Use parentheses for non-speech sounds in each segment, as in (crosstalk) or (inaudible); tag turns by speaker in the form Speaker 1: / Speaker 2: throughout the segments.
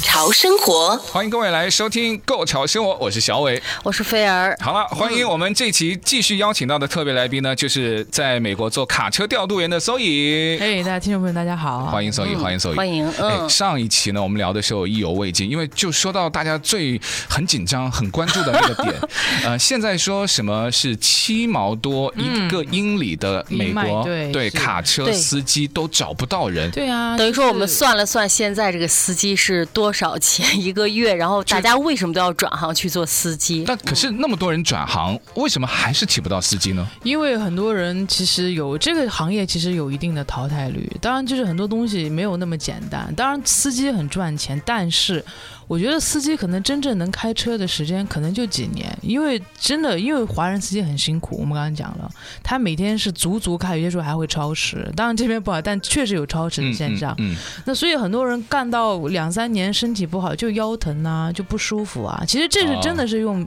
Speaker 1: 潮生活，
Speaker 2: 欢迎各位来收听《购潮生活》，我是小伟。
Speaker 3: 我是菲儿，
Speaker 2: 好
Speaker 4: 嗯
Speaker 2: 了，欢迎我们这期继续邀请到的特别来宾呢，就是在美国做卡车调度员的邹颖。
Speaker 4: 哎，大家听众朋友，大家好啊！
Speaker 2: 欢迎邹颖，欢迎邹颖，
Speaker 3: 欢迎
Speaker 2: 哎，
Speaker 3: 嗯
Speaker 2: 上一期呢，我们聊的时候意犹未尽，因为就说到大家最很紧张、很关注的那
Speaker 4: (laughs)
Speaker 2: 个点，呃，现在说什么是七毛多一个英里的美
Speaker 4: 一迈
Speaker 2: 国
Speaker 4: 对
Speaker 2: 对
Speaker 4: 是
Speaker 2: 卡车
Speaker 3: 对
Speaker 2: 司机都找不到人，
Speaker 4: 对啊，
Speaker 3: 等于说我们
Speaker 4: 就是
Speaker 3: 算了算现在这个司机是多少钱一个月，然后大家为什么都要转行去做司机？
Speaker 2: 但可是那么多人转行，为什么还是请不到司机呢？
Speaker 4: 因为很多人其实有这个行业，其实有一定的淘汰率。当然，就是很多东西没有那么简单。当然，司机很赚钱，但是我觉得司机可能真正能开车的时间可能就几年，因为真的，因为华人司机很辛苦。我们刚刚讲了，他每天是足足开，有些时候还会超时。当然这边不好，但确实有超时的现象。
Speaker 2: 嗯，嗯
Speaker 4: 那所以很多人干到两三年身体不好，就腰疼啊，就不舒服啊。其实这是真的是用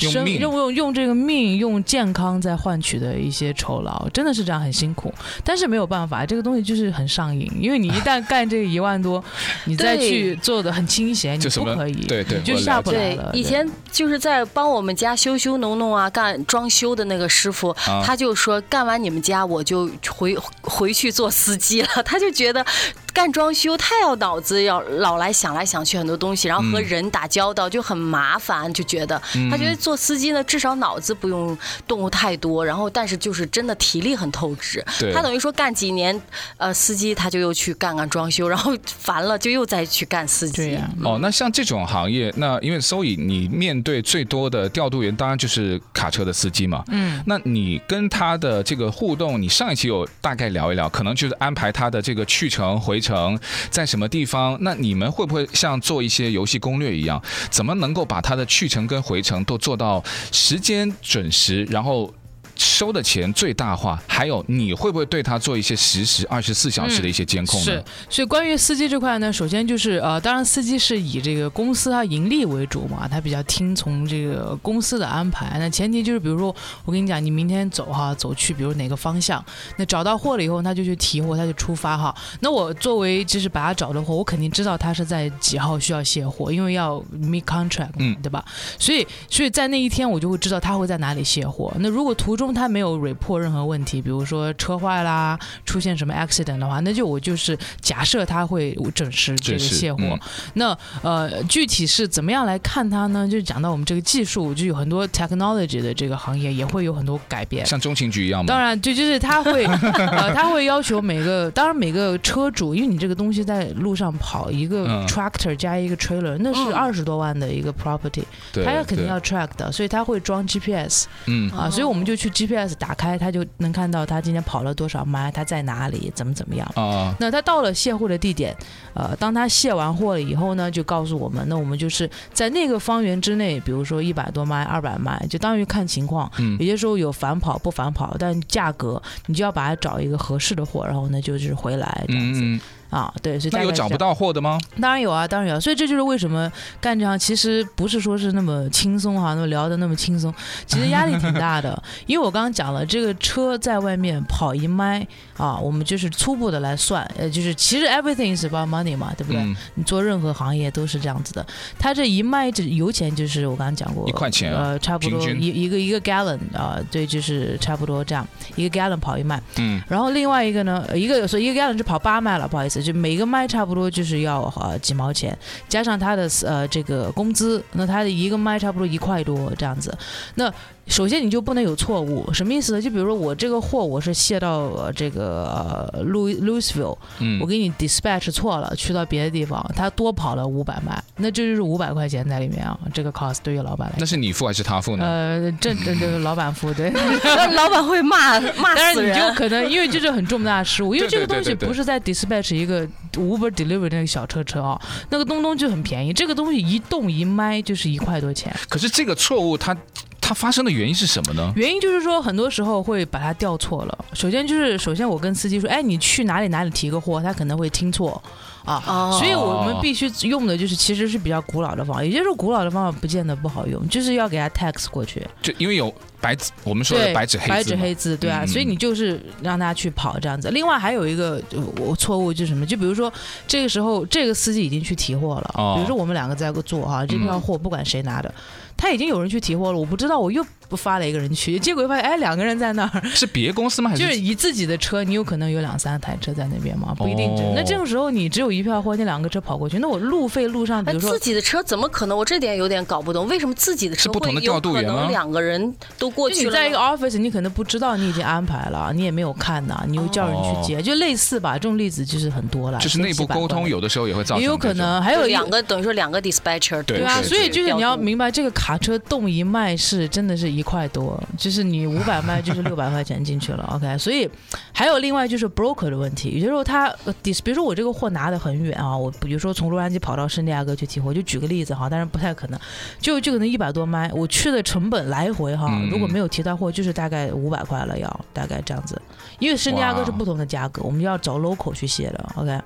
Speaker 2: 用
Speaker 4: 生、
Speaker 2: 命
Speaker 4: 用用用这个命、用健康在换取的一些酬劳，真的是这样很辛苦。但是没有办法，这个东西就是很上瘾，因为你一旦干这个一万多，你再
Speaker 3: 对
Speaker 4: 去做的很清闲，你
Speaker 2: 就什
Speaker 4: 不
Speaker 2: 么
Speaker 4: 可以，
Speaker 2: 对对
Speaker 4: 你就
Speaker 2: 我
Speaker 4: 下
Speaker 2: 了
Speaker 4: 不
Speaker 2: 解
Speaker 4: 来
Speaker 3: 对
Speaker 4: 了，。
Speaker 3: 以前就是在帮我们家修修弄弄啊，干装修的那个师傅，
Speaker 2: 啊
Speaker 3: 他就说干完你们家我就回回去做司机了。他就觉得 (laughs) 干装修太要脑子，要老来想来想去很多东西，然后和
Speaker 2: 嗯
Speaker 3: 人打交道就很麻烦，就觉得、
Speaker 4: 嗯
Speaker 3: 他觉得做司机呢，至少脑子不用动太多，然后但是就是真的体力很透支。
Speaker 2: 对
Speaker 3: 他等于说干几年，呃，司机他就又去干干装修，然后烦了就又再去干司机。
Speaker 4: 对呀、
Speaker 2: 哦，那像这种行业，那因为搜以你面对最多的调度员，当然就是卡车的司机嘛。
Speaker 4: 嗯，
Speaker 2: 那你跟他的这个互动，你上一期有大概聊一聊，可能就是安排他的这个去程、回程在什么地方。那你们会不会像做一些游戏攻略一样，怎么能够把他的去程跟回程都做到时间准时，然后？收的钱最大化，还有你会不会对他做一些实时二十四小时的一些监控呢？
Speaker 4: 是，所以关于司机这块呢，首先就是呃，当然司机是以这个公司它盈利为主嘛，他比较听从这个公司的安排。那前提就是，比如说我跟你讲，你明天走哈，走去比如哪个方向，那找到货了以后，他就去提货，他就出发哈。那我作为就是把他找的货，我肯定知道他是在几号需要卸货，因为要 meet contract，嘛
Speaker 2: 嗯
Speaker 4: 对吧？所以所以在那一天我就会知道他会在哪里卸货。那如果途中他没有 report 任何问题，比如说车坏啦，出现什么 accident 的话，那就我就是假设他会准时这
Speaker 2: 准
Speaker 4: 个
Speaker 2: 时
Speaker 4: 卸货。
Speaker 2: 嗯
Speaker 4: 那呃，具体是怎么样来看它呢？就讲到我们这个技术，就有很多 technology 的这个行业也会有很多改变。
Speaker 2: 像中情局一样吗？
Speaker 4: 当然，就就是
Speaker 2: (laughs)
Speaker 4: 他会，呃，他会要求每个，当然每个车主，因为你这个东西在路上跑，一个
Speaker 2: 嗯
Speaker 4: tractor 加一个 trailer，、那是
Speaker 3: 嗯
Speaker 4: 二十多万的一个 property，、
Speaker 2: 对，
Speaker 4: 他要肯定
Speaker 2: 对
Speaker 4: 要 track 的，所以他会装 GPS
Speaker 2: 嗯
Speaker 4: 啊，所以我们就去 GPS 打开，他就能看到他今天跑了多少迈，他在哪里，怎么怎么样。
Speaker 2: 啊，
Speaker 4: 那他到了卸货的地点，呃，当他卸完货了以后呢，就告诉我们，那我们就是在那个方圆之内，比如说一百多迈、二百迈，就当于看情况，
Speaker 2: 嗯
Speaker 4: 有些时候有返跑不返跑，但价格你就要把它找一个合适的货，然后呢就是回来这样子、
Speaker 2: 嗯嗯，
Speaker 4: 啊，对，所以大
Speaker 2: 那有
Speaker 4: 概是
Speaker 2: 找
Speaker 4: 这
Speaker 2: 不
Speaker 4: 样，
Speaker 2: 到货的吗？
Speaker 4: 当然有啊，当然有、啊，所以这就是为什么干这行其实不是说是那么轻松哈、那么聊的那么轻松，其实压力挺大
Speaker 2: (laughs)
Speaker 4: 的，因为我刚刚讲了，这个车在外面跑一迈啊，我们就是粗暴的来算，呃，就是其实 everything is about money 嘛，对不对？
Speaker 2: 嗯，
Speaker 4: 你做任何行业都是这样子的，它这一卖这油钱就是我刚刚讲过
Speaker 2: 一块钱啊
Speaker 4: 呃，差不多
Speaker 2: 平均
Speaker 4: 一一个一个 gallon 啊、对，就是差不多这样一个 gallon 跑一迈，
Speaker 2: 嗯，
Speaker 4: 然后另外一个呢，呃一个所以一个 gallon 就跑八迈了，不好意思，就每个迈差不多就是要呃几毛钱，加上他的呃这个工资，那他的一个麦差不多一块多这样子。那首先你就不能有错误，什么意思呢？就比如说我这个货我是卸到、呃这个呃 Louis Louisville，
Speaker 2: 嗯
Speaker 4: 我给你 dispatch 错了，去到别的地方，他多跑了五百迈，那这就是五百块钱在里面啊，这个 cost 对于老板来
Speaker 2: 嗯那
Speaker 4: 说。
Speaker 2: 是你付还是他付呢？
Speaker 4: 呃，这这这个老板付
Speaker 2: (laughs)
Speaker 4: 对，
Speaker 3: 那老板会骂骂
Speaker 4: 当然
Speaker 3: 死
Speaker 4: 你
Speaker 3: 人。
Speaker 4: 就可能因为这是很重大的失误，因为
Speaker 2: 对
Speaker 4: 这个
Speaker 2: 对对
Speaker 4: 东西
Speaker 2: 对对
Speaker 4: 不是在 dispatch 一个 Uber Delivery 那个小车车啊，那个东东就很便宜，这个东西一动一卖就是一块多钱。
Speaker 2: 可是这个错误它它发生的原因是什么呢？
Speaker 4: 原因就是说，很多时候会把它调错了。首先就是，首先我跟司机说，哎，你去哪里哪里提个货，他可能会听错啊。
Speaker 3: 哦
Speaker 4: 所以我们必须用的就是，其实是比较古老的方法。有些时候古老的方法不见得不好用，就是要给他 text 过去。
Speaker 2: 就因为有白纸，我们说的
Speaker 4: 对，
Speaker 2: 白纸黑字嘛，
Speaker 4: 白纸黑字，对啊，
Speaker 2: 嗯
Speaker 4: 所以你就是让他去跑这样子。另外还有一个呃我错误就是什么？就比如说这个时候这个司机已经去提货了，
Speaker 2: 哦嗯
Speaker 4: 比如说我们两个在做哈，这票货不管谁拿的，他已经有人去提货了，我不知道，我又不发了一个人去，结果又发现哎两个人在那
Speaker 2: (laughs)
Speaker 4: 儿，
Speaker 2: 是别公司吗？还
Speaker 4: 就是是以自己的车，你有可能有两三台车在那边嘛，不一定只。
Speaker 2: 哦
Speaker 4: 那这种时候你只有一票货，你两个车跑过去，那我路费路上比
Speaker 3: 哎，
Speaker 4: 如说
Speaker 3: 自己的车怎么可能？我这点有点搞不懂，为什么自己的
Speaker 2: 是
Speaker 3: 车
Speaker 2: 不
Speaker 3: 会
Speaker 2: 同的调
Speaker 3: 有
Speaker 2: 度
Speaker 3: 可
Speaker 2: 员吗
Speaker 3: 能两个人都过
Speaker 4: 就
Speaker 3: 去
Speaker 4: 你
Speaker 3: 了？
Speaker 4: 在一个 office，你可能不知道你已经安排了，你也没有看呐，你又叫人去接，就类似吧，这种例子就是很多了。
Speaker 2: 哦就是内部沟通，
Speaker 4: 有，
Speaker 2: 有的时候也会造成
Speaker 4: 也有
Speaker 2: 这
Speaker 4: 可
Speaker 2: 种
Speaker 4: 能还有
Speaker 3: 就
Speaker 4: 一
Speaker 3: 两。个等于说两个 dispatcher
Speaker 2: 对
Speaker 4: 对啊，
Speaker 2: 对
Speaker 4: 所以
Speaker 2: 对
Speaker 4: 就是你要
Speaker 3: 调度
Speaker 4: 明白，这个卡车动一卖是真的是一块多，就是你五百卖就是六百块钱进去了，OK。所以还有另外就是 broker 的问题，有些时候他呃 dis，比如说我这个货拿的很远啊，我比如说从洛杉矶跑到圣地亚哥去提货，就举个例子哈，当然不太可能，就就可能一百多麦，我去的成本来回哈，
Speaker 2: 嗯
Speaker 4: 如果没有提到货，就是大概五百块了要，大概这样子，因为圣地亚哥
Speaker 2: 哇
Speaker 4: 是不同的价格，我们要找 local 去写的，OK。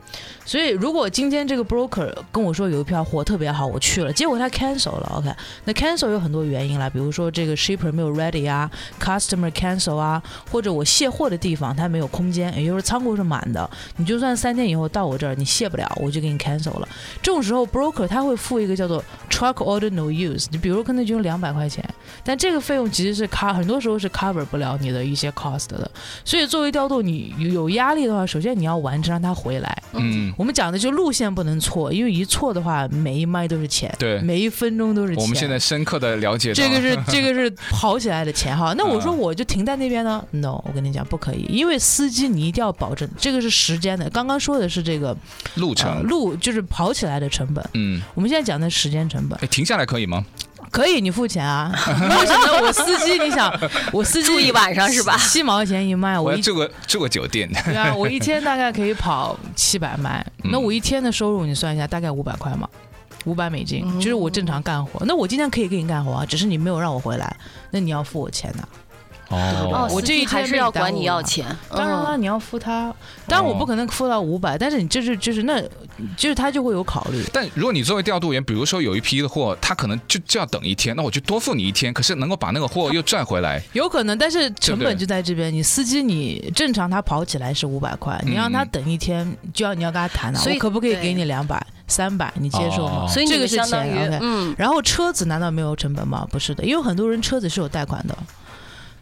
Speaker 4: 所以如果今天这个 broker 跟我说有一票货特别好，我去了，结果他 cancel 了，OK，那 cancel 有很多原因啦，比如说这个 shipper 没有 ready 啊，customer cancel 啊，或者我卸货的地方它没有空间，也就是仓库是满的，你就算三天以后到我这儿你卸不了，我就给你 cancel 了。这种时候 broker 他会付一个叫做 truck order no use，你比如可能就两百块钱，但这个费用其实是 cover 很多时候是 cover 不了你的一些 cost 的。所以作为调度，你有有压力的话，首先你要完成让他回来。
Speaker 2: 嗯，
Speaker 4: 我们讲的就路线不能错，因为一错的话，每一麦都是钱，
Speaker 2: 对
Speaker 4: 每一分钟都是钱。
Speaker 2: 我们现在深刻的了解嗯到
Speaker 4: 这个是这个
Speaker 2: (laughs)
Speaker 4: 是跑起来的钱哈。那我说我就停在那边呢？No，我跟你讲不可以，因为司机你一定要保证这个是时间的。刚刚说的是这个
Speaker 2: 路
Speaker 4: 呃
Speaker 2: 程，
Speaker 4: 路就是跑起来的成本，
Speaker 2: 嗯，
Speaker 4: 我们现在讲的是时间成本，
Speaker 2: 哎，停下来可以吗？
Speaker 4: 可以你付钱啊。 (laughs) 为什么我司机？
Speaker 2: (laughs)
Speaker 4: 你想我司机
Speaker 3: 住一晚上是吧
Speaker 4: 七毛钱一卖，
Speaker 2: 我
Speaker 4: 啊我
Speaker 2: 要
Speaker 4: 一
Speaker 2: 住个住个酒
Speaker 4: (laughs)
Speaker 2: 店，
Speaker 4: 对啊，我一天大概可以跑七百迈，
Speaker 2: 嗯
Speaker 4: 那我一天的收入你算一下，大概五百块嘛，五百美
Speaker 3: 嗯
Speaker 4: 金，就是我正常干活。那我今天可以给你干活啊，只是你没有让我回来，那你要付我钱的、啊
Speaker 3: 哦，
Speaker 4: 我
Speaker 3: 司
Speaker 4: 这一
Speaker 3: 机还
Speaker 4: 天
Speaker 3: 是
Speaker 4: 被
Speaker 3: 要
Speaker 4: 你耽
Speaker 3: 管
Speaker 4: 误
Speaker 3: 你要
Speaker 4: 了
Speaker 3: 钱，
Speaker 4: 当然了，
Speaker 3: 嗯
Speaker 4: 你要付他，当然我不可能付到五百，但是你就是就是那，就是他就会有考虑。
Speaker 2: (laughs) 但如果你作为调度员，比如说有一批的货，他可能就就要等一天，那我就多付你一天，可是能够把那个货又赚回来，
Speaker 4: 有可能，但是成
Speaker 2: 对
Speaker 4: 本
Speaker 2: 不对
Speaker 4: 就在这边。你司机，你正常他跑起来是五百块，你让他
Speaker 2: 嗯
Speaker 4: 等一天，就要你要跟他谈啊，
Speaker 3: 所以
Speaker 4: 我可不可以
Speaker 3: 对
Speaker 4: 给你两百、三百，你接受吗
Speaker 2: 哦？
Speaker 3: 所以
Speaker 4: 这
Speaker 3: 你
Speaker 4: 个
Speaker 3: 们
Speaker 4: 是
Speaker 3: 相当于
Speaker 4: 钱，OK。
Speaker 3: 嗯，
Speaker 4: 然后车子难道没有成本吗？不是的，因为很多人车子是有贷款的，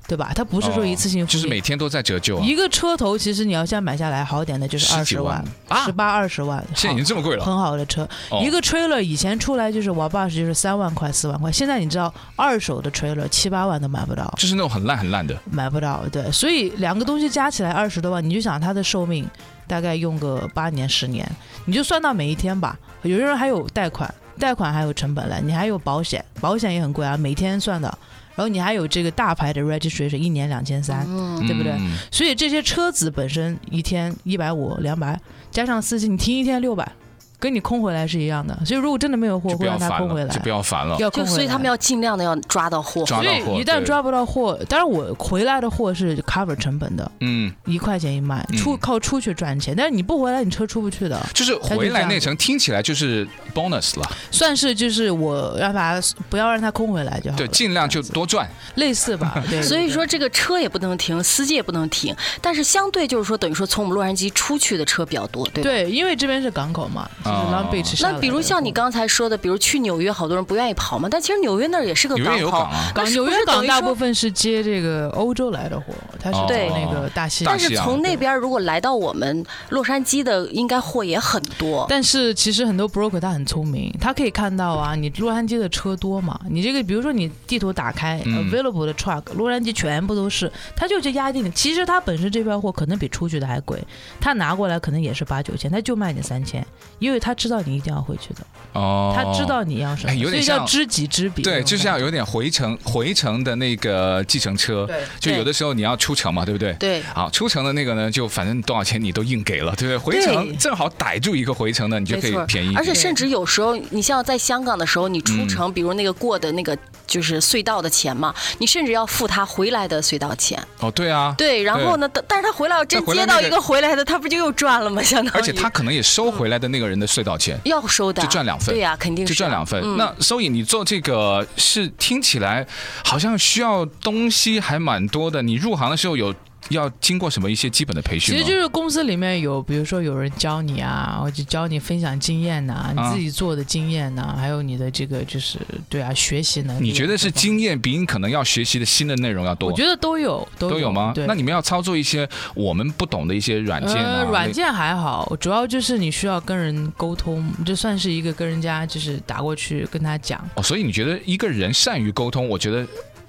Speaker 4: 对吧？他不是说一次性
Speaker 2: 哦
Speaker 4: 付、
Speaker 2: 就是每天都在折旧啊
Speaker 4: 一，个车头，其实你要现在买下来好点的就是
Speaker 2: 十
Speaker 4: 二
Speaker 2: 几
Speaker 4: 十
Speaker 2: 万
Speaker 4: 万、
Speaker 2: 啊
Speaker 4: 十八二十万，
Speaker 2: 现在已经这么贵
Speaker 4: 好
Speaker 2: 了，
Speaker 4: 很好的车。
Speaker 2: 哦
Speaker 4: 一个 trailer 以前出来就是瓦巴士就是三万块四万块，现在你知道二手的 trailer 七八万都买不到，
Speaker 2: 就是那种很烂很烂的，
Speaker 4: 买不到。对，所以两个东西加起来二十多万，你就想它的寿命大概用个八年十年，你就算到每一天吧。有些人还有贷款，贷款还有成本嘞，你还有保险，保险也很贵啊，每天算的。然后你还有这个大牌的 registration，一年两千三，对不对？
Speaker 2: 嗯
Speaker 4: 所以这些车子本身一天一百五、两百，加上司机你停一天六百，跟你空回来是一样的。所以如果真的没有货，
Speaker 2: 就不
Speaker 4: 会
Speaker 2: 要
Speaker 4: 让它
Speaker 2: 烦
Speaker 4: 空回
Speaker 2: 了，
Speaker 4: 来
Speaker 2: 就，不要烦了，
Speaker 4: 要空
Speaker 3: 就
Speaker 4: 回来。
Speaker 3: 所以他们要尽量的要抓到货。
Speaker 2: 抓
Speaker 4: 所
Speaker 2: 到货，
Speaker 4: 以一旦
Speaker 2: 对，
Speaker 4: 抓不到货，当然我回来的货是 cover 成本的，
Speaker 2: 嗯。
Speaker 4: 一块钱一卖，
Speaker 2: 嗯
Speaker 4: 出靠出去赚钱，但是你不回来，你车出不去的，
Speaker 2: 就是回来那层听起来就是 bonus 了，
Speaker 4: 算是就是我让他不要让他空回来就好了，
Speaker 2: 对，尽量就多赚。
Speaker 4: 类似吧，
Speaker 2: (laughs)
Speaker 4: 对。对
Speaker 3: 所以
Speaker 4: 对
Speaker 3: 说这个车也不能停，司机也不能停，但是相对就是说，等于说从我们洛杉矶出去的车比较多，对吧？
Speaker 4: 对，因为这边是港口嘛，就是
Speaker 2: 哦
Speaker 4: Long Beach 下来
Speaker 3: 那
Speaker 4: 的
Speaker 3: 比如像你刚才说的，比如去纽约，好多人不愿意跑嘛，但其实纽约那儿也是个
Speaker 2: 纽约
Speaker 3: 港
Speaker 2: 有
Speaker 3: 口
Speaker 2: 港，啊，
Speaker 4: 港
Speaker 3: 那是
Speaker 4: 纽
Speaker 3: 不
Speaker 4: 约
Speaker 3: 是等
Speaker 4: 港
Speaker 3: 于
Speaker 4: 大
Speaker 3: 说
Speaker 4: 部分是接这个欧洲来的货，它是
Speaker 2: 哦
Speaker 4: 从
Speaker 3: 对
Speaker 4: 那个大西洋
Speaker 2: 大西
Speaker 3: 但是
Speaker 2: 洋
Speaker 3: 从那边如果来到我们洛杉矶的，应该货也很多。
Speaker 4: 但是其实很多 broker 他很聪明，他可以看到啊，你洛杉矶的车多嘛，你这个比如说你地图打开、
Speaker 2: 嗯
Speaker 4: available 的 truck，洛杉矶全部都是，他就去压定。其实他本身这票货可能比出去的还贵，他拿过来可能也是八九千，他就卖你三千，因为他知道你一定要回去的，
Speaker 2: 哦，
Speaker 4: 他知道你要什么，
Speaker 2: 哎有
Speaker 4: 所
Speaker 2: 点
Speaker 4: 以叫
Speaker 2: 像
Speaker 4: 知己知彼。
Speaker 2: 对，就像有点回程回程的那个计程车，
Speaker 4: 对
Speaker 2: 就有的时候你要出城嘛，对不对？
Speaker 3: 对
Speaker 2: 好，出城的那个呢，就反正多少钱你都硬给了，对不对？回程
Speaker 3: 对
Speaker 2: 正好逮住一个回程的，你就
Speaker 3: 没
Speaker 2: 可以
Speaker 3: 错
Speaker 2: 便宜一点。
Speaker 3: 而且甚至有时候，你像在香港的时候，你出城，比如那个过的那个就是隧道的钱嘛，你甚至要付他回来的隧道钱。
Speaker 2: 哦，对啊，
Speaker 3: 对，然后呢，但但是他回来要真
Speaker 2: 再回来
Speaker 3: 接
Speaker 2: 那
Speaker 3: 到
Speaker 2: 个
Speaker 3: 一个回来的，他不就又赚了吗？相当于
Speaker 2: 而且他可能也收回来的那个人的隧道钱。
Speaker 3: 要收的，
Speaker 2: 就赚两份
Speaker 3: 对呀、肯定是
Speaker 2: 就赚两份。
Speaker 3: 嗯
Speaker 2: 那收益你做这个是听起来好像需要东西还蛮多的。你入行的时候有要经过什么一些基本的培训
Speaker 4: 其
Speaker 2: 吗？
Speaker 4: 实就是公司里面有，比如说有人教你啊，或者教你分享经验
Speaker 2: 啊
Speaker 4: 呐、你自己做的经验呐、还有你的这个就是对啊，学习能力。
Speaker 2: 你觉得是
Speaker 4: 各方
Speaker 2: 经验比你可能要学习的新的内容要多？
Speaker 4: 我觉得都有，都
Speaker 2: 都有吗？
Speaker 4: 对
Speaker 2: 那你们要操作一些我们不懂的一些软件啊，
Speaker 4: 呃，
Speaker 2: 那
Speaker 4: 软件还好，主要就是你需要跟人沟通，这算是一个跟人家就是打过去跟他讲。
Speaker 2: 哦。所以你觉得一个人善于沟通，我觉得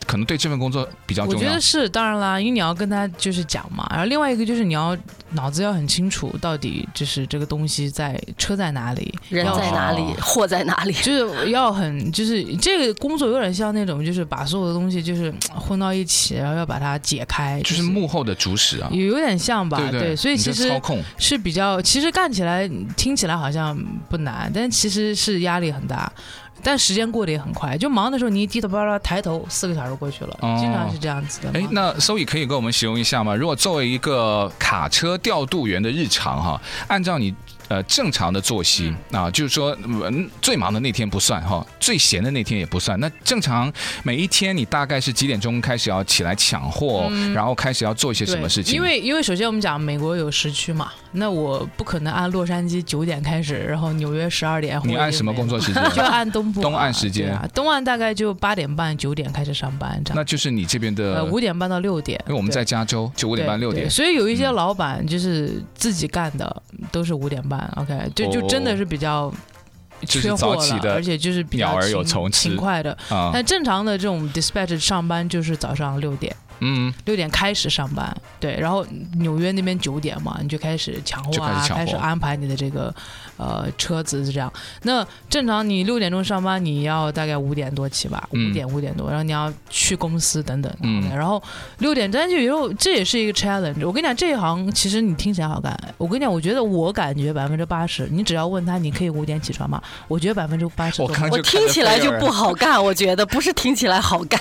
Speaker 2: 可能对这份工作比较
Speaker 4: 我
Speaker 2: 重
Speaker 4: 觉
Speaker 2: 要
Speaker 4: 得。是，当然啦，因为你要跟他就是讲嘛，然后另外一个就是你要脑子要很清楚，到底就是这个东西在车在哪里，
Speaker 3: 人
Speaker 4: 要
Speaker 3: 在哪里
Speaker 2: 哦，
Speaker 3: 货在哪里。
Speaker 4: 就是要很，就是这个工作有点像那种，就是把所有的东西就是混到一起，然后要把它解开，
Speaker 2: 就是幕后的主使啊，
Speaker 4: 有有点像吧，
Speaker 2: 对不
Speaker 4: 所以
Speaker 2: 你
Speaker 4: 其
Speaker 2: 就
Speaker 4: 实
Speaker 2: 操控
Speaker 4: 是比较，其实干起来听起来好像不难，但其实是压力很大，但时间过得也很快，就忙的时候你一低头巴拉抬头，四个小时过去了，
Speaker 2: 哦
Speaker 4: 经常是这样子的嘛。
Speaker 2: 哎，那收益可以给我们形容一下吗？如果作为一个卡车调度员的日常哈，按照你呃正常的作息、啊，就是说嗯最忙的那天不算哈，最闲的那天也不算。那正常每一天你大概是几点钟开始要起来抢货，然后开始要做一些
Speaker 4: 嗯对
Speaker 2: 什么事情？
Speaker 4: 因为因为首先我们讲美国有时区嘛，那我不可能按洛杉矶九点开始，然后纽约十二点。
Speaker 2: 你按什么工？作时间？
Speaker 4: (laughs) 就按东部嘛
Speaker 2: 东岸时间
Speaker 4: 对啊，东岸大概就八点半九点开始上班这
Speaker 2: 那
Speaker 4: 样，
Speaker 2: 就是你这边的
Speaker 4: 呃，五点半到六点，
Speaker 2: 因为我们
Speaker 4: 对
Speaker 2: 在加州，就五
Speaker 4: 对
Speaker 2: 点半六
Speaker 4: 对
Speaker 2: 点。
Speaker 4: 所以有一些
Speaker 2: 嗯
Speaker 4: 老板就是自己干的，都是五点半，OK，就就真的是比较
Speaker 2: 哦就是
Speaker 4: 缺货
Speaker 2: 早起
Speaker 4: 了，
Speaker 2: 的
Speaker 4: 而且就是比较
Speaker 2: 鸟儿
Speaker 4: 勤
Speaker 2: 有虫吃
Speaker 4: 勤快的。
Speaker 2: 啊，
Speaker 4: 但正常的这种 dispatch 上班就是早上六点，
Speaker 2: 嗯，
Speaker 4: 六点开始上班，对，然后纽约那边九点嘛，你就开始抢货
Speaker 2: 就开
Speaker 4: 啊，
Speaker 2: 始抢货
Speaker 4: 安排你的这个呃车子是这样。那正常你六点钟上班，你要大概五点多起吧，
Speaker 2: 嗯
Speaker 4: 五点五点多，然后你要去公司等等，
Speaker 2: 嗯
Speaker 4: 然后六点，但就有时候这也是一个 challenge。我跟你讲，这一行其实你听起来好干，我跟你讲，我觉得我感觉百分之八十，你只要问他你可以五点起床吗？我觉得百分之八十
Speaker 2: 我
Speaker 4: (laughs)
Speaker 2: 刚
Speaker 3: 我
Speaker 2: 就看
Speaker 3: 听
Speaker 2: 着
Speaker 3: 起来
Speaker 2: 菲
Speaker 3: 就
Speaker 2: 儿
Speaker 3: 不好干，我觉得不是听起来好干。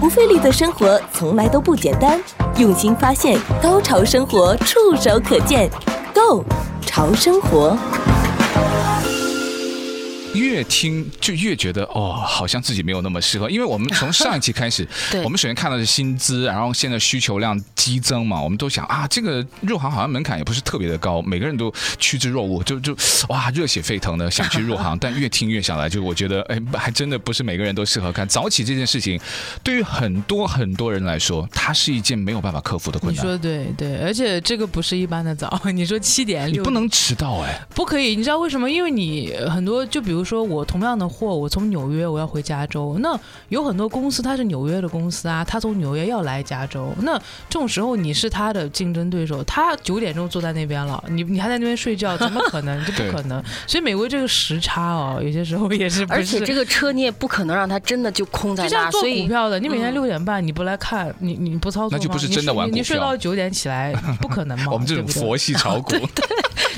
Speaker 1: 不费力的生活从来都不简单，用心发现，高潮生活触手可见 Go 潮生活。
Speaker 2: 越听就越觉得哦，好像自己没有那么适合，因为我们从上一期开
Speaker 4: (laughs)
Speaker 2: 始
Speaker 3: 对，
Speaker 2: 我们首先看到是薪资，然后现在需求量激增嘛，我们都想啊，这个入行好像门槛也不是特别的高，每个人都趋之若鹜，就就哇热血沸腾的想去入行，但越听越下来，就我觉得哎，还真的不是每个人都适合干早起这件事情，对于很多很多人来说，它是一件没有办法克服的困
Speaker 4: 你
Speaker 2: 难，
Speaker 4: 说
Speaker 2: 你
Speaker 4: 得对对，而且这个不是一般的早， (laughs) 你说七点六
Speaker 2: 不能迟到哎，
Speaker 4: 不可以，你知道为什么？因为你呃很多，就比如说我同样的货，我从纽约我要回加州，那有很多公司它是纽约的公司啊，它从纽约要来加州，那这种时候你是它的竞争对手，他九点钟坐在那边了，你你还在那边睡觉，怎么可
Speaker 2: (laughs)
Speaker 4: 能？这 (laughs)
Speaker 2: 对
Speaker 4: 不可能。所以美国这个时差哦，有些时候也 (laughs) 是不是。
Speaker 3: 而且这个车你也不可能让它真的就空在
Speaker 4: 就
Speaker 3: 那
Speaker 4: 像 (laughs)
Speaker 3: 儿，
Speaker 4: 做
Speaker 3: 所
Speaker 4: 股
Speaker 3: 以
Speaker 4: 票的，你每天六点半你不来看，你你不操作
Speaker 2: 那就
Speaker 4: 吗
Speaker 2: 不是
Speaker 4: 你
Speaker 2: 真的
Speaker 4: 睡
Speaker 2: 玩
Speaker 4: 你你
Speaker 2: 股
Speaker 4: 睡
Speaker 2: 票
Speaker 4: 到九点起来，不可能嘛？
Speaker 2: (laughs) 我们这
Speaker 4: 啊对
Speaker 2: 种
Speaker 4: 不对 (laughs)
Speaker 2: 佛系炒股，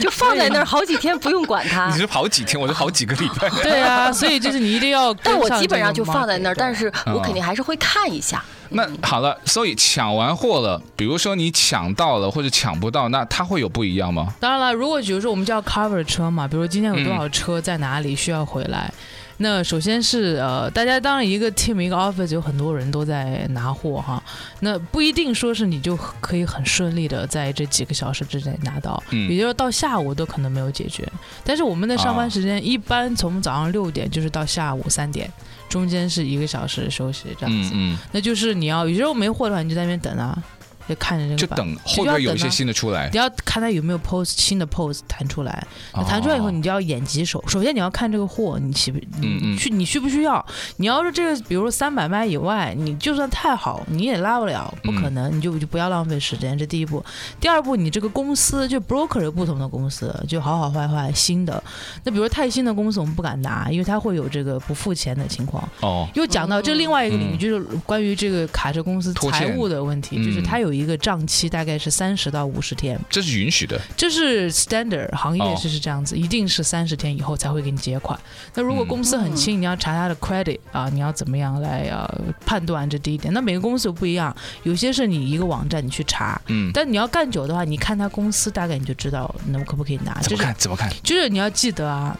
Speaker 3: 就放
Speaker 4: 啊
Speaker 3: 在那儿好几天不用管它
Speaker 2: 你。是好几天，我是好几个礼拜。
Speaker 4: 对啊，所以就是你一定要
Speaker 3: (laughs)
Speaker 4: 跟
Speaker 3: 但
Speaker 4: 上
Speaker 3: 我
Speaker 4: 这个 market 的。
Speaker 3: 基本上就放在那儿，但是我
Speaker 2: 嗯
Speaker 3: 肯定还是会看一下。
Speaker 4: 啊
Speaker 2: 那好了，所以抢完货了，比如说你抢到了或者抢不到，那它会有不一样吗？
Speaker 4: 当然了，如果比如说我们叫 cover 车嘛，比如今天有多少车在哪里需要回来，那首先是呃，大家当然一个 team 一个 office 有很多人都在拿货哈，那不一定说是你就可以很顺利的在这几个小时之内拿到，
Speaker 2: 嗯
Speaker 4: 也就是到下午都可能没有解决。但是我们的上班时间一般从早上六点就是到下午三点，中间是一个小时休息这样
Speaker 2: 嗯
Speaker 4: 子。
Speaker 2: 嗯，
Speaker 4: 那就是你要有时候没货的话，你就在那边等啊。就看着这个
Speaker 2: 就
Speaker 4: 版
Speaker 2: 等
Speaker 4: 就
Speaker 2: 会不
Speaker 4: 要
Speaker 2: 会有一
Speaker 4: 等
Speaker 2: 些
Speaker 4: 到
Speaker 2: 新的出来
Speaker 4: 你？要看它有没有 pose 新的 pose 弹出来，那弹出来以后，
Speaker 2: 哦
Speaker 4: 你就要眼疾手。首先你要看这个货，你需不
Speaker 2: 嗯嗯
Speaker 4: 你需你需不需要？你要是这个，比如说三百迈以外，你就算太好，你也拉不了，不可
Speaker 2: 嗯
Speaker 4: 能，你就就不要浪费时间。这第一步，第二步，你这个公司就 broker 有不同的公司，就好好坏坏新的。那比如说太新的公司，我们不敢拿，因为它会有这个不付钱的情况。
Speaker 2: 哦，
Speaker 4: 又讲到这另外一个领域，
Speaker 2: 嗯
Speaker 4: 就是关于这个卡车公司
Speaker 2: 拖
Speaker 4: 财
Speaker 2: 欠
Speaker 4: 务的问题，就是
Speaker 2: 嗯
Speaker 4: 它有一个账期，大概是三十到五十天。
Speaker 2: 这是允许的。
Speaker 4: 这是 standard 行业
Speaker 2: 哦
Speaker 4: 是是这样子，一定是三十天以后才会给你结款。那如果
Speaker 2: 嗯
Speaker 4: 公司很轻，你要查它的 credit 啊，你要怎么样来呃判断这第一点？那每个公司有不一样，有些是你一个网站你去查，
Speaker 2: 嗯，
Speaker 4: 但你要干久的话，你看他公司大概你就知道那可不可以拿。
Speaker 2: 怎
Speaker 4: 就
Speaker 2: 么
Speaker 4: 是
Speaker 2: 看？怎么看？
Speaker 4: 就是你要记得啊，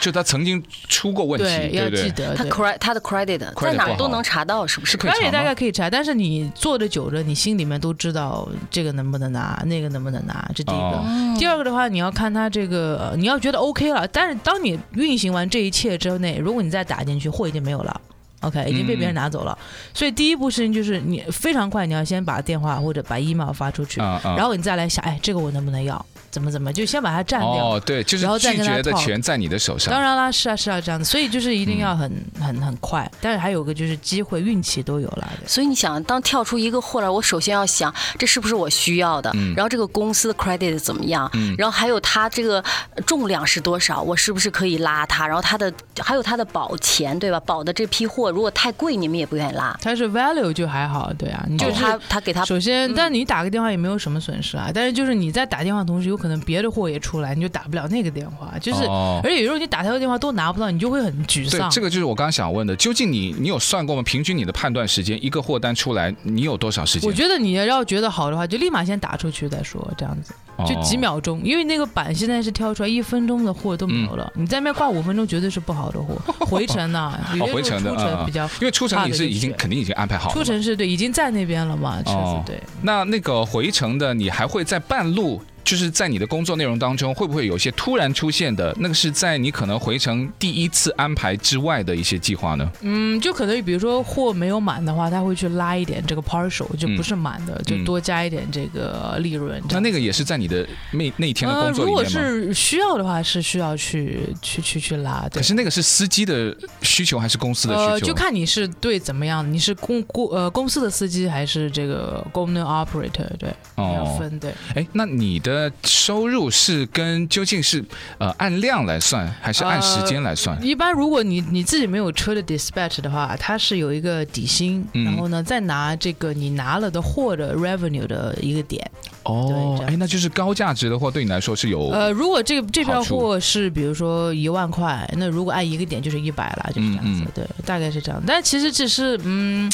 Speaker 2: 就他曾经出过问题，
Speaker 4: 对，
Speaker 2: 对
Speaker 4: 要
Speaker 2: 不对
Speaker 4: 记？得
Speaker 3: 他
Speaker 4: 对
Speaker 3: credit 他的 credit 在
Speaker 2: Credit
Speaker 3: 哪
Speaker 2: 不
Speaker 3: 儿都
Speaker 2: 好
Speaker 3: 能查到，是不是？
Speaker 2: 是可以查
Speaker 4: credit
Speaker 2: 吗
Speaker 4: 大概可以查，但是你做的久了，你心里面都知道这个能不能拿，那个能不能拿，这第一个。
Speaker 2: 哦
Speaker 4: 第二个的话，你要看它这个，呃你要觉得 OK 了，但是当你运行完这一切之内，如果你再打进去，货已经没有了。OK，已
Speaker 2: 嗯
Speaker 4: 经被别人拿走了，所以第一步事情就是你非常快，你要先把电话或者把 email 发出去，
Speaker 2: 啊啊，
Speaker 4: 然后你再来想，哎，这个我能不能要？怎么怎么，就先把它占掉。
Speaker 2: 哦，对，就是
Speaker 4: 然后再
Speaker 2: 拒
Speaker 4: 跟他
Speaker 2: 绝的
Speaker 4: talk
Speaker 2: 权在你的手上。
Speaker 4: 当然啦，是啊是啊，这样子，所以就是一定要很、很很快，但是还有个就是机会运气都有了。
Speaker 3: 所以你想，当跳出一个货来，我首先要想这是不是我需要的，
Speaker 4: 嗯
Speaker 3: 然后这个公司的 credit 怎么样，然后还有它这个重量是多少，我是不是可以拉它，然后它的还有它的保钱，对吧？保的这批货如果太贵，你们也不愿意拉，
Speaker 4: 它是 value 就还好，对啊，你
Speaker 3: 哦就
Speaker 2: 哦
Speaker 4: 就是是
Speaker 3: 他他给他
Speaker 4: 首
Speaker 2: 嗯
Speaker 4: 先，但你打个电话也没有什么损失啊。但是就是你在打电话的同时，有可能别的货也出来，你就打不了那个电话。就是，
Speaker 2: 哦
Speaker 4: 而且有时候你打他的电话都拿不到，你就会很沮
Speaker 2: 对
Speaker 4: 丧。，
Speaker 2: 这个就是我刚刚想问的，究竟你你有算过吗？平均你的判断时间，一个货单出来，你有多少时间？
Speaker 4: 我觉得你要觉得好的话，就立马先打出去再说，这样子
Speaker 2: 哦
Speaker 4: 就几秒钟，因为那个板现在是挑出来一分钟的货都没有了，
Speaker 2: 嗯
Speaker 4: 你在那边挂五分钟绝对是不好
Speaker 2: (laughs)
Speaker 4: 的货，回程呐、有
Speaker 2: 哦，
Speaker 4: 些
Speaker 2: 回
Speaker 4: 时候
Speaker 2: 程的，
Speaker 4: 出
Speaker 2: 嗯
Speaker 4: 程
Speaker 2: 嗯
Speaker 4: 比较，
Speaker 2: 因为出程
Speaker 4: 怕的
Speaker 2: 你
Speaker 4: 就是
Speaker 2: 已经
Speaker 4: 是
Speaker 2: 肯定已经安排好了嘛。
Speaker 4: 出程是对已经在那边了嘛，车
Speaker 2: 哦
Speaker 4: 子对。
Speaker 2: 那那个回程的，你还会在半路，就是在你的工作内容当中，会不会有一些突然出现的？那个是在你可能回程第一次安排之外的一些计划呢？
Speaker 4: 嗯，就可能比如说货没有满的话，他会去拉一点这个 partial，就不是满的，就多加一点这个利润。
Speaker 2: 嗯
Speaker 4: 这
Speaker 2: 那
Speaker 4: 样
Speaker 2: 那个也是在你的那那一天的
Speaker 4: 呃，
Speaker 2: 工作
Speaker 4: 如
Speaker 2: 里
Speaker 4: 果
Speaker 2: 面吗？
Speaker 4: 是需要的话，是需要去去去去拉。
Speaker 2: 可
Speaker 4: 对，
Speaker 2: 是那个是司机的需求还是公司的
Speaker 4: 呃，
Speaker 2: 需求？
Speaker 4: 就看你是对怎么样，你是公公呃公司的司机还是这个 g o v e r n o operator？对，要
Speaker 2: 哦，
Speaker 4: 分对。
Speaker 2: 哎，那你的收入是跟究竟是呃按量来算，还是按时间来算？
Speaker 4: 一般如果你你自己没有车的 dispatch 的话，它是有一个底薪，
Speaker 2: 嗯
Speaker 4: 然后呢再拿这个你拿了的货的 revenue 的一个点。呃对
Speaker 2: 哦
Speaker 4: 这，样
Speaker 2: 哎，那就是高价值的货对你来说是有
Speaker 4: 呃，如果这个这票
Speaker 2: 好处
Speaker 4: 货是比如说一万块，那如果按一个点就是一百了，就是这样子，
Speaker 2: 嗯嗯
Speaker 4: 对，大概是这样。但其实只是嗯。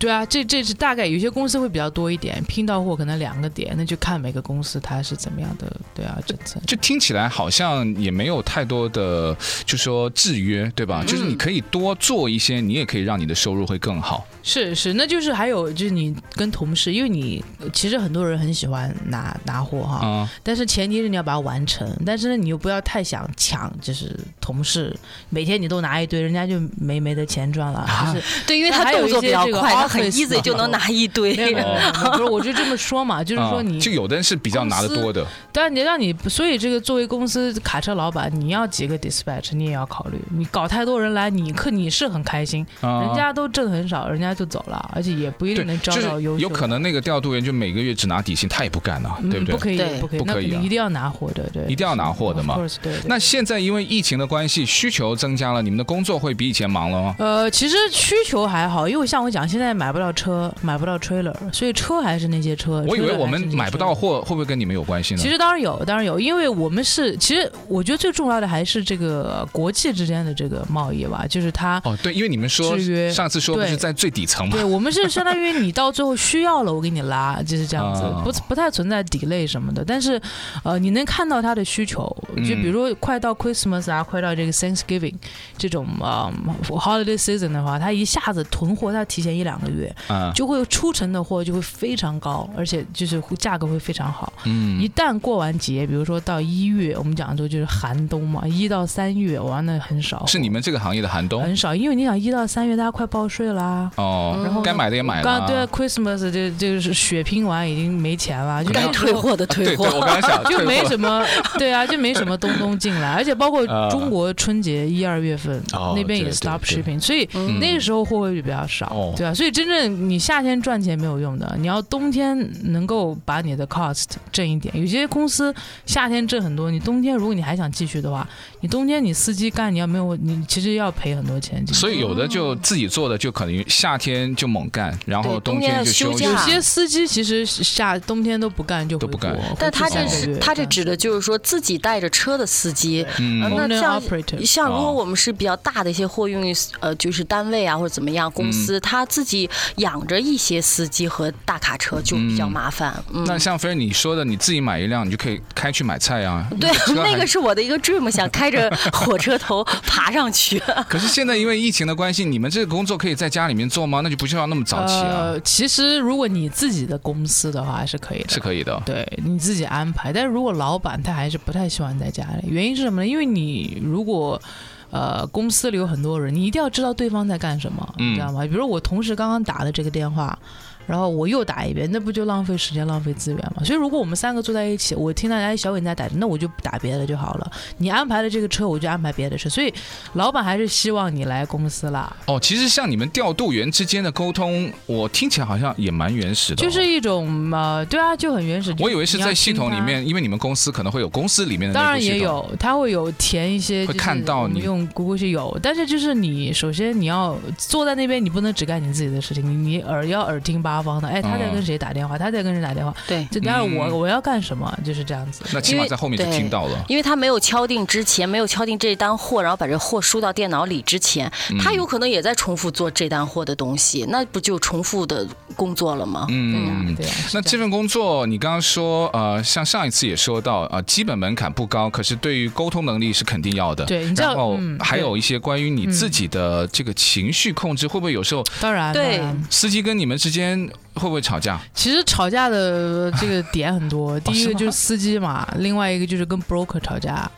Speaker 4: 对啊，这这是大概有些公司会比较多一点，拼到货可能两个点，那就看每个公司它是怎么样的，对啊，政策。
Speaker 2: 就听起来好像也没有太多的，就说制约，对
Speaker 4: 嗯
Speaker 2: 吧？就是你可以多做一些，你也可以让你的收入会更好。
Speaker 4: 是是，那就是还有就是你跟同事，因为你呃其实很多人很喜欢拿拿货哈，
Speaker 2: 啊、
Speaker 4: 但是前提是你要把它完成，但是呢，你又不要太想抢，就是同事每天你都拿一堆，人家就没没得钱赚了，
Speaker 2: 啊
Speaker 4: 就是
Speaker 3: 对，因为他
Speaker 4: 还有
Speaker 3: 动
Speaker 4: 一
Speaker 3: 作比
Speaker 4: 些
Speaker 3: 较
Speaker 4: 这个
Speaker 3: 快，他很
Speaker 4: office
Speaker 3: easy 就能拿一堆。 (laughs)
Speaker 4: 没有没有，没有不是，我就这么说嘛，就是说
Speaker 2: 啊
Speaker 4: 你，
Speaker 2: 就有的人是比较拿得多的，
Speaker 4: 但你让你，所以这个作为公司卡车老板，你要几个 dispatch，你也要考虑，你搞太多人来，你可你是很开心，
Speaker 2: 啊
Speaker 4: 人家都挣很少，人家就走了，而且也不一
Speaker 2: 对
Speaker 4: 定能招
Speaker 2: 就
Speaker 4: 到优
Speaker 2: 是
Speaker 4: 秀
Speaker 2: 有
Speaker 4: 的。
Speaker 2: 可能那个调度员就每个月只拿底薪，他也不干啊，
Speaker 4: 嗯
Speaker 2: 对不对？
Speaker 4: 可以
Speaker 3: 对，
Speaker 4: 不可以，
Speaker 2: 不可以
Speaker 4: 那肯
Speaker 2: 啊
Speaker 4: 定一定要拿货的，对，
Speaker 2: 一定要拿货的嘛
Speaker 4: Of course，对对
Speaker 2: 那现在因为疫情的关系，需求增加了，你们的工作会比以前忙了吗？
Speaker 4: 呃，其实需求还好，因为像我讲，现在买不到车，买不到 trailer，所以车还是那些车。
Speaker 2: 我以
Speaker 4: trailer
Speaker 2: 为
Speaker 4: 还是
Speaker 2: 我们
Speaker 4: 那些
Speaker 2: 买不
Speaker 4: trailer
Speaker 2: 到货，会不会跟你们有关系呢？
Speaker 4: 其实当然有，当然有，因为我们是，其实我觉得最重要的还是这个国际之间的这个贸易吧，就是它。
Speaker 2: 哦，对，因为你们说
Speaker 4: 制约
Speaker 2: 上次说不
Speaker 4: 对
Speaker 2: 是在最底层嘛
Speaker 4: 对，，我们是相当于你到最后需要了，我给你拉，就是这样子
Speaker 2: 啊，
Speaker 4: 不不太存在 delay 什么的。但是，呃，你能看到它的需求，就比如
Speaker 2: 嗯
Speaker 4: 说快到 Christmas 啊，快到这个 Thanksgiving 这种啊、呃 holiday season 的话，它一下子囤货，它提前一两两个月，
Speaker 2: 啊，
Speaker 4: 就会出城的货就会非常高，而且就是会价格会非常好。一
Speaker 2: 嗯
Speaker 4: 旦过完节，比如说到一月，我们讲说就是寒冬嘛，一到三月玩的很少，
Speaker 2: 是你们这个行业的寒冬
Speaker 4: 很少，因为你想一到三月大家快报税啦。
Speaker 2: 哦，
Speaker 4: 然后呢
Speaker 2: 该买的也买了
Speaker 4: 刚
Speaker 2: 啊，
Speaker 4: 对啊，Christmas 这就是血拼完已经没钱了，就
Speaker 3: 该
Speaker 4: 是
Speaker 3: 退货的
Speaker 2: 啊对
Speaker 3: 退货
Speaker 2: 对，我。刚
Speaker 3: (laughs)
Speaker 2: 才想
Speaker 4: 就没
Speaker 2: 么
Speaker 4: 什么，对啊，就没什么东东进来，而且包括
Speaker 2: 呃
Speaker 4: 中国春节一二月份、
Speaker 2: 哦
Speaker 4: 那
Speaker 2: 对
Speaker 4: 边也
Speaker 2: 对
Speaker 4: stop
Speaker 2: 对
Speaker 4: shipping，所以
Speaker 3: 嗯
Speaker 4: 那个时候货会比较少，
Speaker 2: 哦
Speaker 4: 对啊，所以真正你夏天赚钱没有用的，你要冬天能够把你的 cost 挣一点。有些公司夏天挣很多，你冬天如果你还想继续的话，你冬天你司机干你要没有你其实要赔很多钱进去。
Speaker 2: 所以有的就自己做的，就可能夏天就猛干，然后
Speaker 3: 嗯对
Speaker 2: 冬
Speaker 3: 冬天
Speaker 2: 天
Speaker 3: 要
Speaker 2: 就
Speaker 3: 休
Speaker 2: 休
Speaker 3: 假
Speaker 4: 有
Speaker 2: 息
Speaker 4: 些司机其实夏冬天都不干就
Speaker 2: 都不干
Speaker 4: 回国
Speaker 3: 但他
Speaker 2: 这
Speaker 3: 这
Speaker 2: 是
Speaker 3: 是他这指的就是说自己带着车的司机，呃
Speaker 2: 嗯
Speaker 3: 那
Speaker 4: Owner
Speaker 3: 像
Speaker 4: operator
Speaker 3: 像如
Speaker 2: 哦
Speaker 3: 果我们是比较大的一些货运呃就是单位啊或者怎么样公
Speaker 2: 嗯
Speaker 3: 司，他自己养着一些司机和大卡车就比较麻烦。嗯，
Speaker 2: 那像菲儿你说的，你自己买一辆，你就可以开去买菜啊。
Speaker 3: 对
Speaker 2: 车，还
Speaker 3: 那个是我的一个 dream，想开着火车头爬上去。
Speaker 2: 可是现在因为疫情的关系，你们这个工作可以在家里面做吗？那就不需要那么早起啊，
Speaker 4: 呃，其实如果你自己的公司的话是可以的，
Speaker 2: 是可以的。
Speaker 4: 对你自己安排。但是如果老板他还是不太喜欢在家里，原因是什么呢？因为你如果呃，公司里有很多人，你一定要知道对方在干什么，
Speaker 2: 嗯
Speaker 4: 你知道吗？比如我同事刚刚打的这个电话，然后我又打一遍，那不就浪费时间、浪费资源嘛？所以如果我们三个坐在一起，我听到哎小伟在打，那我就不打别的就好了。你安排了这个车，我就安排别的车。所以老板还是希望你来公司啦，
Speaker 2: 哦，其实像你们调度员之间的沟通，我听起来好像也蛮原始的、哦
Speaker 4: 就是。一种呃，对啊，就很原始。
Speaker 2: 我以为是在系统里
Speaker 4: 面。
Speaker 2: 面，因为你们公司可能会有公司里面的内部
Speaker 4: 当然
Speaker 2: 系统
Speaker 4: 也，有，他会有填一些，
Speaker 2: 会
Speaker 4: 就是
Speaker 2: 看到
Speaker 4: 我们
Speaker 2: 你
Speaker 4: 用 Google 是有，但是就是你首先你要坐在那边，你不能只干你自己的事情，你你耳要耳听八方的，哎，他在
Speaker 2: 嗯
Speaker 4: 跟谁打电话，他在跟谁打电话，
Speaker 3: 对，
Speaker 4: 就当然我、
Speaker 2: 嗯
Speaker 4: 我要干什么，就是这样子。
Speaker 2: 那起码
Speaker 3: 因为
Speaker 2: 在后面就
Speaker 3: 对
Speaker 2: 听到了。
Speaker 3: 因为他没有敲定之前，没有敲定这单货，然后把这货输到电脑里之前，
Speaker 2: 嗯
Speaker 3: 他有可能也在重复做这单货的东西，那不就重复的工作了吗？
Speaker 2: 嗯，
Speaker 4: 对呀、啊是
Speaker 2: 那
Speaker 4: 这
Speaker 2: 这
Speaker 4: 样
Speaker 2: 份工作，你刚刚说，呃，像上一次也说到，呃，基本门槛不高，可是对于沟通能力是肯定要的。
Speaker 4: 对你知道
Speaker 2: 然后
Speaker 4: 嗯
Speaker 2: 还
Speaker 4: 对
Speaker 2: 有一些关于你自己的这个情绪控制，会不会有时候
Speaker 4: 当然当
Speaker 3: 对
Speaker 4: 然
Speaker 2: 司机跟你们之间会不会吵架？
Speaker 4: 其实吵架
Speaker 2: (laughs)
Speaker 4: 的这个点很多，第一
Speaker 2: 哦是
Speaker 4: 个
Speaker 2: 吗
Speaker 4: 就是司机嘛，另外一个就是跟 broker 吵
Speaker 2: (laughs)
Speaker 4: 架，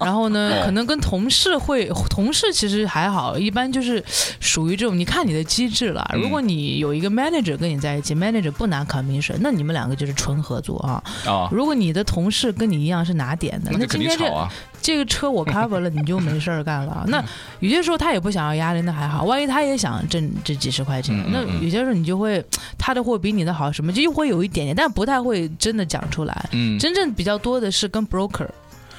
Speaker 4: 然后呢，可能跟同事会，同事其实还好，一般就是属于这种，你看你的机制了。
Speaker 2: 嗯
Speaker 4: 如果你有一个 manager 跟你在一起，manager 不拿 commission，那你们两个就是纯合作啊。
Speaker 2: 啊，
Speaker 4: 如果你的同事跟你一样是拿点的，
Speaker 2: 那就肯定
Speaker 4: 今天这
Speaker 2: 吵啊。
Speaker 4: 这个
Speaker 2: (laughs)
Speaker 4: 车我 cover 了，你就没事儿干
Speaker 2: 嗯
Speaker 4: 了。那有些时候他也不想要压力，那还好。万一他也想挣这几十块钱，
Speaker 2: 嗯嗯
Speaker 4: 那
Speaker 2: 嗯
Speaker 4: 有些时候你就会他的货比你的好，什么就又会有一点点，但不太会真的讲出来。
Speaker 2: 嗯，
Speaker 4: 真正比较多的是跟 broker，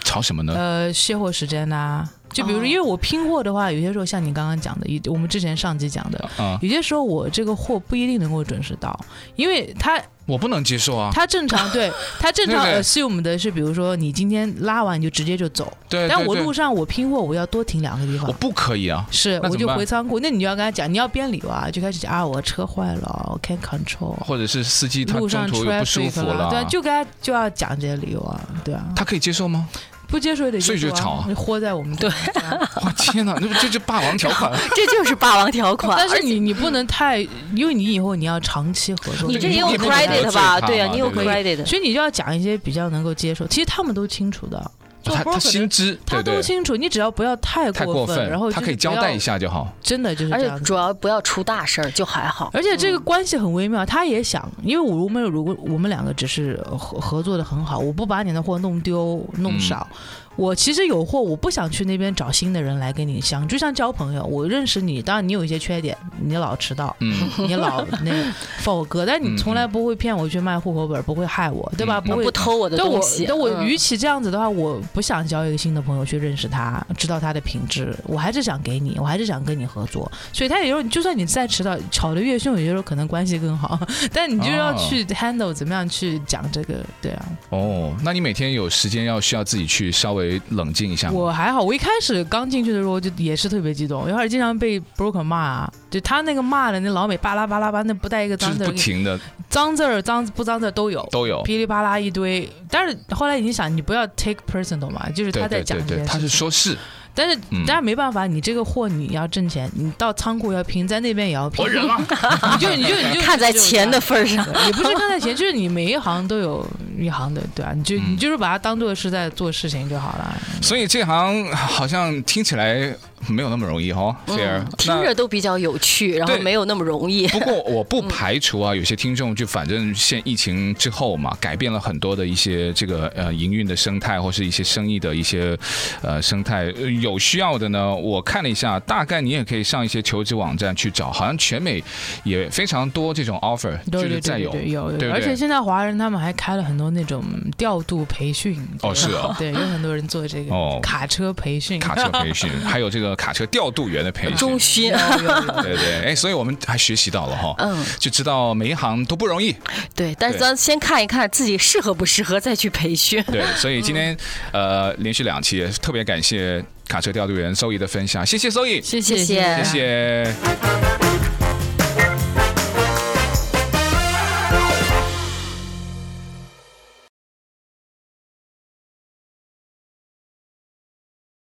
Speaker 2: 吵什么呢？
Speaker 4: 呃，卸货时间呐、就比如
Speaker 3: 哦
Speaker 4: 说，因为我拼货的话，有些时候像你刚刚讲的，一我们之前上集讲的，
Speaker 2: 啊，
Speaker 4: 有些时候我这个货不一定能够准时到，因为他
Speaker 2: 我不能接受啊。
Speaker 4: 他正常对他正常
Speaker 2: 哦对对
Speaker 4: assume 的是，比如说你今天拉完你就直接就走，
Speaker 2: 对，
Speaker 4: 但
Speaker 2: 对
Speaker 4: 我
Speaker 2: 对
Speaker 4: 路上我拼货，我要多停两个地
Speaker 2: 我
Speaker 4: 方。
Speaker 2: 不可以啊。
Speaker 4: 是，
Speaker 2: 那
Speaker 4: 我
Speaker 2: 怎么
Speaker 4: 就
Speaker 2: 办
Speaker 4: 回仓库。那你就要跟他讲，你要编理由啊，就开始讲啊，我车坏了，我 can't control，
Speaker 2: 或者是司机他
Speaker 4: 路
Speaker 2: 中
Speaker 4: 上
Speaker 2: 途又不舒
Speaker 4: traffic
Speaker 2: 服
Speaker 4: 了，
Speaker 2: 了，
Speaker 4: 对啊，就跟他就要讲这些理由啊，对啊，
Speaker 2: 他可以接受吗？
Speaker 4: 不接受也得
Speaker 2: 所
Speaker 4: 接
Speaker 2: 以就
Speaker 4: 受
Speaker 2: 吵啊
Speaker 4: 啊，豁在我们对。
Speaker 3: (laughs)
Speaker 4: 对啊
Speaker 2: 我天哪，那不这就霸王条款
Speaker 4: (laughs)
Speaker 2: 啊
Speaker 3: (laughs) 这就是霸王条款。
Speaker 4: 但
Speaker 3: 而
Speaker 4: 是
Speaker 3: 且
Speaker 4: 你你不能太，因为你以后你要长期合作，
Speaker 3: 你这也
Speaker 2: 你
Speaker 3: 有
Speaker 2: 也不能得罪
Speaker 3: credit
Speaker 2: 他
Speaker 3: 吧？
Speaker 2: 嘛
Speaker 3: 对呀、
Speaker 2: 对
Speaker 3: 你有
Speaker 2: 不对
Speaker 3: credit。
Speaker 4: 啊所以你就要讲一些比较能够接受，其实他们都清楚的，做
Speaker 2: 哦他他
Speaker 4: broker
Speaker 2: 心
Speaker 4: 的
Speaker 2: 知，
Speaker 4: 他
Speaker 2: 对
Speaker 4: 都
Speaker 2: 对，
Speaker 4: 清楚，你只要不要太
Speaker 2: 太过
Speaker 4: 分，
Speaker 2: 分，
Speaker 4: 然后
Speaker 2: 他
Speaker 4: 就
Speaker 2: 可以
Speaker 4: 是
Speaker 2: 交
Speaker 4: 不要
Speaker 2: 代一，下就
Speaker 4: (laughs)
Speaker 2: 好。
Speaker 4: 真的就是
Speaker 3: 而
Speaker 4: 这
Speaker 3: 且
Speaker 4: 样子
Speaker 3: 主。要不要出大事儿就还好。
Speaker 4: 而且这
Speaker 2: 嗯
Speaker 4: 个关系很微妙，他也想，因为我如果如果我们两个只是合合作的很好，我不把你的货弄丢弄少，
Speaker 2: 嗯
Speaker 4: 我其实有货，我不想去那边找新的人来跟你相，就像交朋友，我认识你，当然你有一些缺点，你老
Speaker 2: (laughs)
Speaker 4: 迟到，
Speaker 2: 嗯，
Speaker 4: 你老那个放我鸽，但
Speaker 2: 嗯
Speaker 4: 你从来不会骗我去卖户口本，不会害我，对吧？
Speaker 2: 嗯
Speaker 4: 不会
Speaker 3: 不。偷我的
Speaker 4: 但我
Speaker 3: 东西，
Speaker 4: 但我
Speaker 3: 嗯
Speaker 4: 与其这样子的话，我不想交一个新的朋友去认识他，知道他的品质，我还是想给你，我还是想跟你合作。所以他有时候，就算你再迟到，吵得越凶，有些时候可能关系更好， (laughs) 但你就要
Speaker 2: 哦
Speaker 4: 去 handle 怎么样去讲这个，对啊。
Speaker 2: 哦，那你每天有时间要需要自己去稍微冷静一下吗？
Speaker 4: 我还好，我一开始刚进去的时候就也是特别激动，然后经常被 broker 骂啊，就他那个骂的那老美巴拉巴拉巴，那不带一个
Speaker 2: 就
Speaker 4: 脏
Speaker 2: 是
Speaker 4: 字
Speaker 2: 不
Speaker 4: 儿，
Speaker 2: 停的
Speaker 4: 脏字儿脏不脏字儿都有。
Speaker 2: 都有，
Speaker 4: 噼里啪啦一堆，但是后来你想，你不要 take personal 嘛，就是
Speaker 2: 对
Speaker 4: 他在
Speaker 2: 对
Speaker 4: 讲
Speaker 2: 对
Speaker 4: 这
Speaker 2: 对，
Speaker 4: 件事情，
Speaker 2: 他是说是
Speaker 4: 但是
Speaker 2: 嗯
Speaker 4: 但是没办法，你这个货你要挣钱，你到仓库要拼，在那边也要拼
Speaker 2: 我，忍了，
Speaker 4: 你 (laughs) 就你就你就
Speaker 3: 看在钱的。份儿上，
Speaker 4: 对也不是看在钱，就是你每一行都有一行的，对吧、啊你
Speaker 2: 嗯
Speaker 4: 就、你就是把它当做是在做事情就好了。
Speaker 2: 所以这行好像听起来没有那么容易哈、
Speaker 4: 嗯
Speaker 2: 哦。Fair，、
Speaker 3: 听着都比较有趣，然后
Speaker 2: 对
Speaker 3: 没有那么容易。
Speaker 2: 不过我不排除啊，有些听众就反正现疫情之后嘛，改变了很多的一些这个呃营运的生态或是一些生意的一些呃生态。呃有需要的呢，我看了一下，大概你也可以上一些求职网站去找，好像全美也非常多这种 offer，
Speaker 4: 对
Speaker 2: 就
Speaker 4: 对
Speaker 2: 是再
Speaker 4: 对
Speaker 2: 有，
Speaker 4: 对有
Speaker 2: 对
Speaker 4: 有，
Speaker 2: 不
Speaker 4: 而且
Speaker 2: 对？
Speaker 4: 现在华人他们还开了很多那种调度培训。
Speaker 2: 哦是哦
Speaker 4: 对，有很多人做这
Speaker 2: 哦
Speaker 4: 个卡车培训。
Speaker 2: 卡车
Speaker 4: (laughs)
Speaker 2: 培训，还有这个卡车调度员的培
Speaker 3: 中
Speaker 2: 训，
Speaker 3: 勋，
Speaker 4: 哦
Speaker 2: 对对，哎，所以我们还学习到了哈，
Speaker 3: 嗯，
Speaker 2: 就知道每一行都不容易，
Speaker 3: 对，但
Speaker 2: 对
Speaker 3: 是咱先看一看自己适合不适合，再去培训。
Speaker 2: (laughs) 对，所以今天、呃连续两期也特别感谢卡车调度员周易的分享，谢谢周易，
Speaker 4: 谢
Speaker 3: 谢
Speaker 4: 谢
Speaker 2: 谢
Speaker 3: 谢
Speaker 2: 谢。